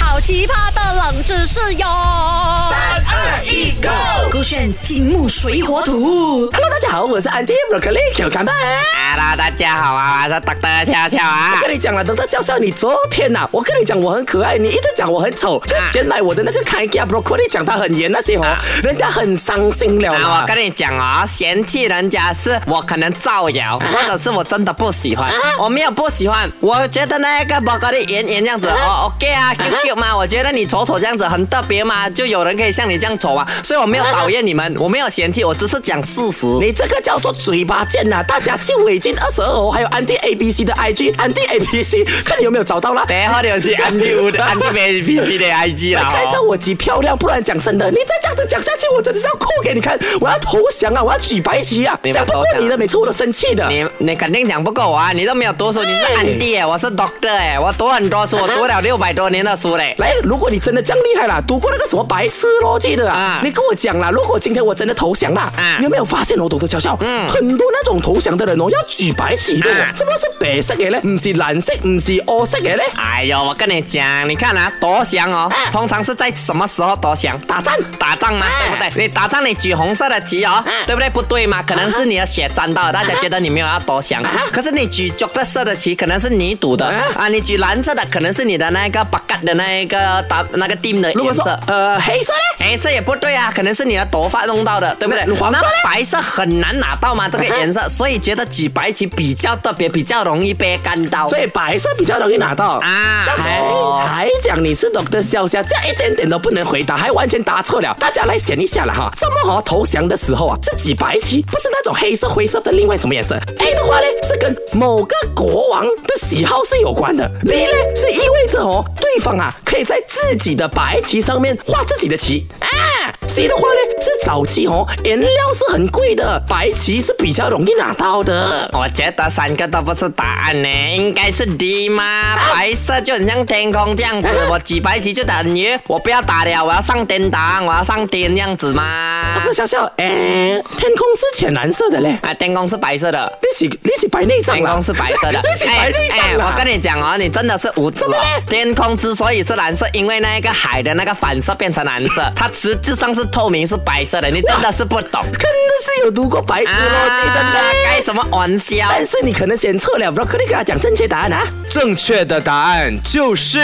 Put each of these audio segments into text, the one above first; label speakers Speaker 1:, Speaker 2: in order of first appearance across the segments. Speaker 1: 好奇葩的冷知识哟！三
Speaker 2: 二一，Go！
Speaker 1: 勾选金木水火土。
Speaker 2: Hello，大家好，我是 Andy Broccoli 小干爸。
Speaker 3: Hello，大家好啊，我是德德笑笑啊
Speaker 2: 我。跟你讲了，等到笑笑你昨天呐、我跟你讲我很可爱，你一直讲我很
Speaker 3: 啊
Speaker 2: 丑。那先买我的那个 k a n g a Broccoli 讲他很严那些哦，人家很伤心了
Speaker 3: 啊，
Speaker 2: 啦。
Speaker 3: 我跟你讲哦，嫌弃人家是我可能造谣，或者是我真的不喜欢，我没有不喜欢，我觉得那个宝格丽圆圆这样子，哦，OK 啊，Q Q 嘛，我觉得你丑丑这样子很特别嘛，就有人可以像你这样丑啊，所以我没有讨厌你们，我没有嫌弃，我只是讲事实。
Speaker 2: 你这个叫做嘴巴贱呐、啊大家去伟进二十二楼，还有 Andy ABC 的 IG Andy ABC，看你有没有找到啦。
Speaker 3: 等一下你有 去 Andy 屋的 Andy B B C 的 I G 啦、
Speaker 2: 看一下
Speaker 3: 哦。
Speaker 2: 我几漂亮，不然讲真的，你再这样子讲下去，我真的是要哭给你看！我要投降啊，我要举白旗啊！
Speaker 3: 你们
Speaker 2: 讲不过你的，每次我都生气的。
Speaker 3: 你你肯定讲不够我啊！你都没有读书，你是
Speaker 2: 哎
Speaker 3: Andy 耶，我是 Doctor 哎，我读很多书，我读了六百多年的书嘞。
Speaker 2: 来，如果你真的这样厉害啦，读过那个什么白痴逻辑的啊
Speaker 3: 啊，
Speaker 2: 你跟我讲啦，如果今天我真的投降啦，
Speaker 3: 啊嗯
Speaker 2: 你有没有发现我懂得悄悄？很多那种投降的人哦，要举白旗的哦
Speaker 3: 啊，
Speaker 2: 怎么是白色嘅呢？唔是蓝色，唔是黑色嘅呢？
Speaker 3: 哎呦，我跟你讲，你看啊，夺降哦
Speaker 2: 啊，
Speaker 3: 通常是在什么时候夺降？
Speaker 2: 打仗
Speaker 3: 打仗吗？对不对？你打仗你举红色的旗
Speaker 2: 啊
Speaker 3: 哦，对不对？不对嘛，可能是你的血沾到了，大家觉得你没有要夺降。可是你举橘色的旗，可能是你赌的
Speaker 2: 啊
Speaker 3: 啊，你举蓝色的可能是你的那个 b u c k e t 的那一个打那个 team 的
Speaker 2: 如果
Speaker 3: 颜
Speaker 2: 说
Speaker 3: 色。
Speaker 2: 呃黑色呢？
Speaker 3: 黑色也不对啊，可能是你的头发弄到的，对不对
Speaker 2: 那？黄色呢
Speaker 3: 那白色很难拿到嘛，这个
Speaker 2: 啊
Speaker 3: 颜色，所以觉得举白旗比较特别，比较容易被干到。
Speaker 2: 所以白色比较容易拿到
Speaker 3: 啊
Speaker 2: 这样还
Speaker 3: 哦
Speaker 2: 还讲你是懂得笑笑，这样一点点都不能回答，还完全答错了。大家来想一下了哈，这么好投降的时候啊，是举白旗，不是那种黑色、灰色的，另外什么颜色？A 哎的话呢，是跟某个国王的喜好是有关的；B 呢，是意味着哦，对方啊可以在自己的白旗上面画自己的旗啊。C 的话呢，是早期哦，颜料是很贵的，白旗是比较容易拿到的。哦
Speaker 3: 我觉得三个都不是答案呢，应该是 D 吗？白色就很像天空这样子，我举白旗就等于我不要打了，我要上天堂，我要上天这样子吗？
Speaker 2: 我笑笑，诶，天空是浅蓝色的嘞，
Speaker 3: 啊，天空是白色 的。
Speaker 2: 你是你是白内障
Speaker 3: 天
Speaker 2: 啦，
Speaker 3: 空是白 色的哎
Speaker 2: 你，是白内障啦。
Speaker 3: 我跟你讲哦，你真的是无知
Speaker 2: 真的
Speaker 3: 哦
Speaker 2: 咩。
Speaker 3: 天空之所以是蓝色，因为那个海的那个反射变成蓝色，它实质上是透明，是白色的。你真的是不懂
Speaker 2: 真的是有读过白 纸
Speaker 3: 啊
Speaker 2: 逻辑的嘞。！
Speaker 3: 开什么玩笑？
Speaker 2: 但是你可能选错了，不可以给他讲正确答案啊。
Speaker 4: 正确的答案就是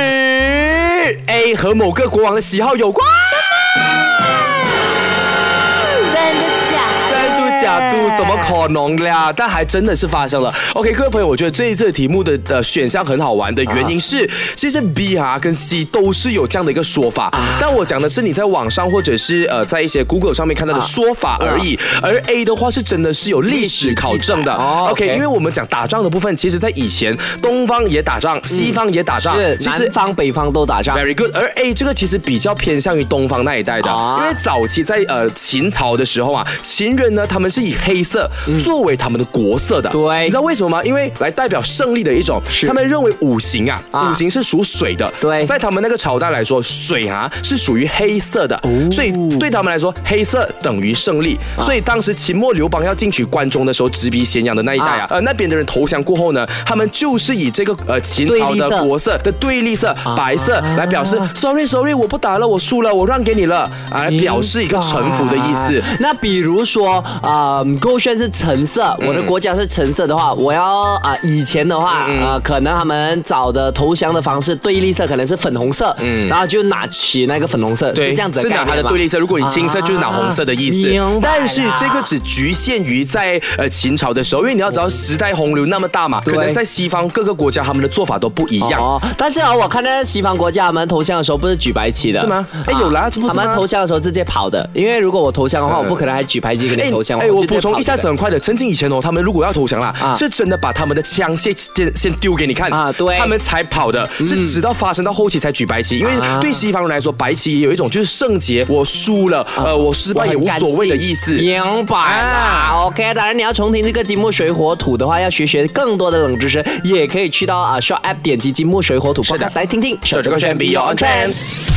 Speaker 4: A 和某个国王的喜好有关。真度假度怎么可能啦？但还真的是发生了。OK，各位朋友，我觉得这一次的题目的呃选项很好玩的原因是，其实 B 啊跟 C 都是有这样的一个说法，但我讲的是你在网上或者是呃在一些 Google 上面看到的说法而已。而 A 的话是真的是有历史考证的。
Speaker 3: 哦
Speaker 4: OK，
Speaker 3: OK
Speaker 4: 因为我们讲打仗的部分，其实在以前东方也打仗，西方也打仗，
Speaker 3: 是
Speaker 4: 其实
Speaker 3: 南方北方都打仗。
Speaker 4: Very good，而 A 这个其实比较偏向于东方那一带的，
Speaker 3: 啊
Speaker 4: 因为早期在呃秦朝的时候啊，秦人呢他们是以黑色作为他们的国色的，
Speaker 3: 嗯对
Speaker 4: 你知道为什么吗？因为来代表胜利的一种，他们认为五行啊，
Speaker 3: 啊
Speaker 4: 五行是属水的，
Speaker 3: 对
Speaker 4: 在他们那个朝代来说，水啊是属于黑色的，
Speaker 3: 哦
Speaker 4: 所以对他们来说，黑色等于胜利，
Speaker 3: 啊
Speaker 4: 所以当时秦末刘邦要进取关中的时候，直逼咸阳的那一带啊
Speaker 3: 啊，
Speaker 4: 呃那边的人投降过后呢，他们就是以这个呃秦朝
Speaker 3: 对立
Speaker 4: 的
Speaker 3: 色
Speaker 4: 国色的对立色白色来表示 sorry sorry 我不打了，我输了，我让给你了啊，来表示一个臣服的意思。
Speaker 3: 那比如说，呃，勾选是橙色，
Speaker 4: 嗯
Speaker 3: 我的国家是橙色的话，我要啊、以前的话，
Speaker 4: 嗯
Speaker 3: 呃，可能他们找的投降的方式，对立色可能是粉红色，然后就拿起那个粉红色，
Speaker 4: 嗯对，
Speaker 3: 是这样子的
Speaker 4: 是
Speaker 3: 概
Speaker 4: 拿它
Speaker 3: 念
Speaker 4: 的
Speaker 3: 吗
Speaker 4: 对立色。如果你青色，就是拿红色的意思。
Speaker 3: 啊明白
Speaker 4: 但是
Speaker 3: 啦
Speaker 4: 这个只局限于在呃秦朝的时候，因为你要知道时代洪流那么大嘛，可
Speaker 3: 对
Speaker 4: 能在西方各个国家他们的做法都不一样。
Speaker 3: 哦，但是啊、我看那西方国家他们投降的时候不是举白旗的，啊
Speaker 4: 是吗哎有啦这不是吗
Speaker 3: 他们投降的时候直接跑的，因为如果我投降的话，我不可能还举白旗给你投降。
Speaker 4: 哎，我
Speaker 3: 就直接
Speaker 4: 补充
Speaker 3: 跑
Speaker 4: 一下
Speaker 3: 的
Speaker 4: 子，很快的。曾经以前哦，他们如果要投降啦，
Speaker 3: 啊
Speaker 4: 是真的把他们的枪先先先丢给你看
Speaker 3: 啊对嗯
Speaker 4: 他们才跑的，是直到发生到后期才举白旗，因为
Speaker 3: 啊
Speaker 4: 对西方人来说，白旗也有一种就是圣洁，我输了，
Speaker 3: 啊
Speaker 4: 呃，我失败也无所谓的意思。
Speaker 3: 明白啦、
Speaker 4: 啊
Speaker 3: o k 当然你要重听这个金木水火土的话，要学学更多的冷知识，也可以去到啊 Show App 点击金木水火土 Podcast 来听听。
Speaker 4: 手指勾选 Beyond Trend。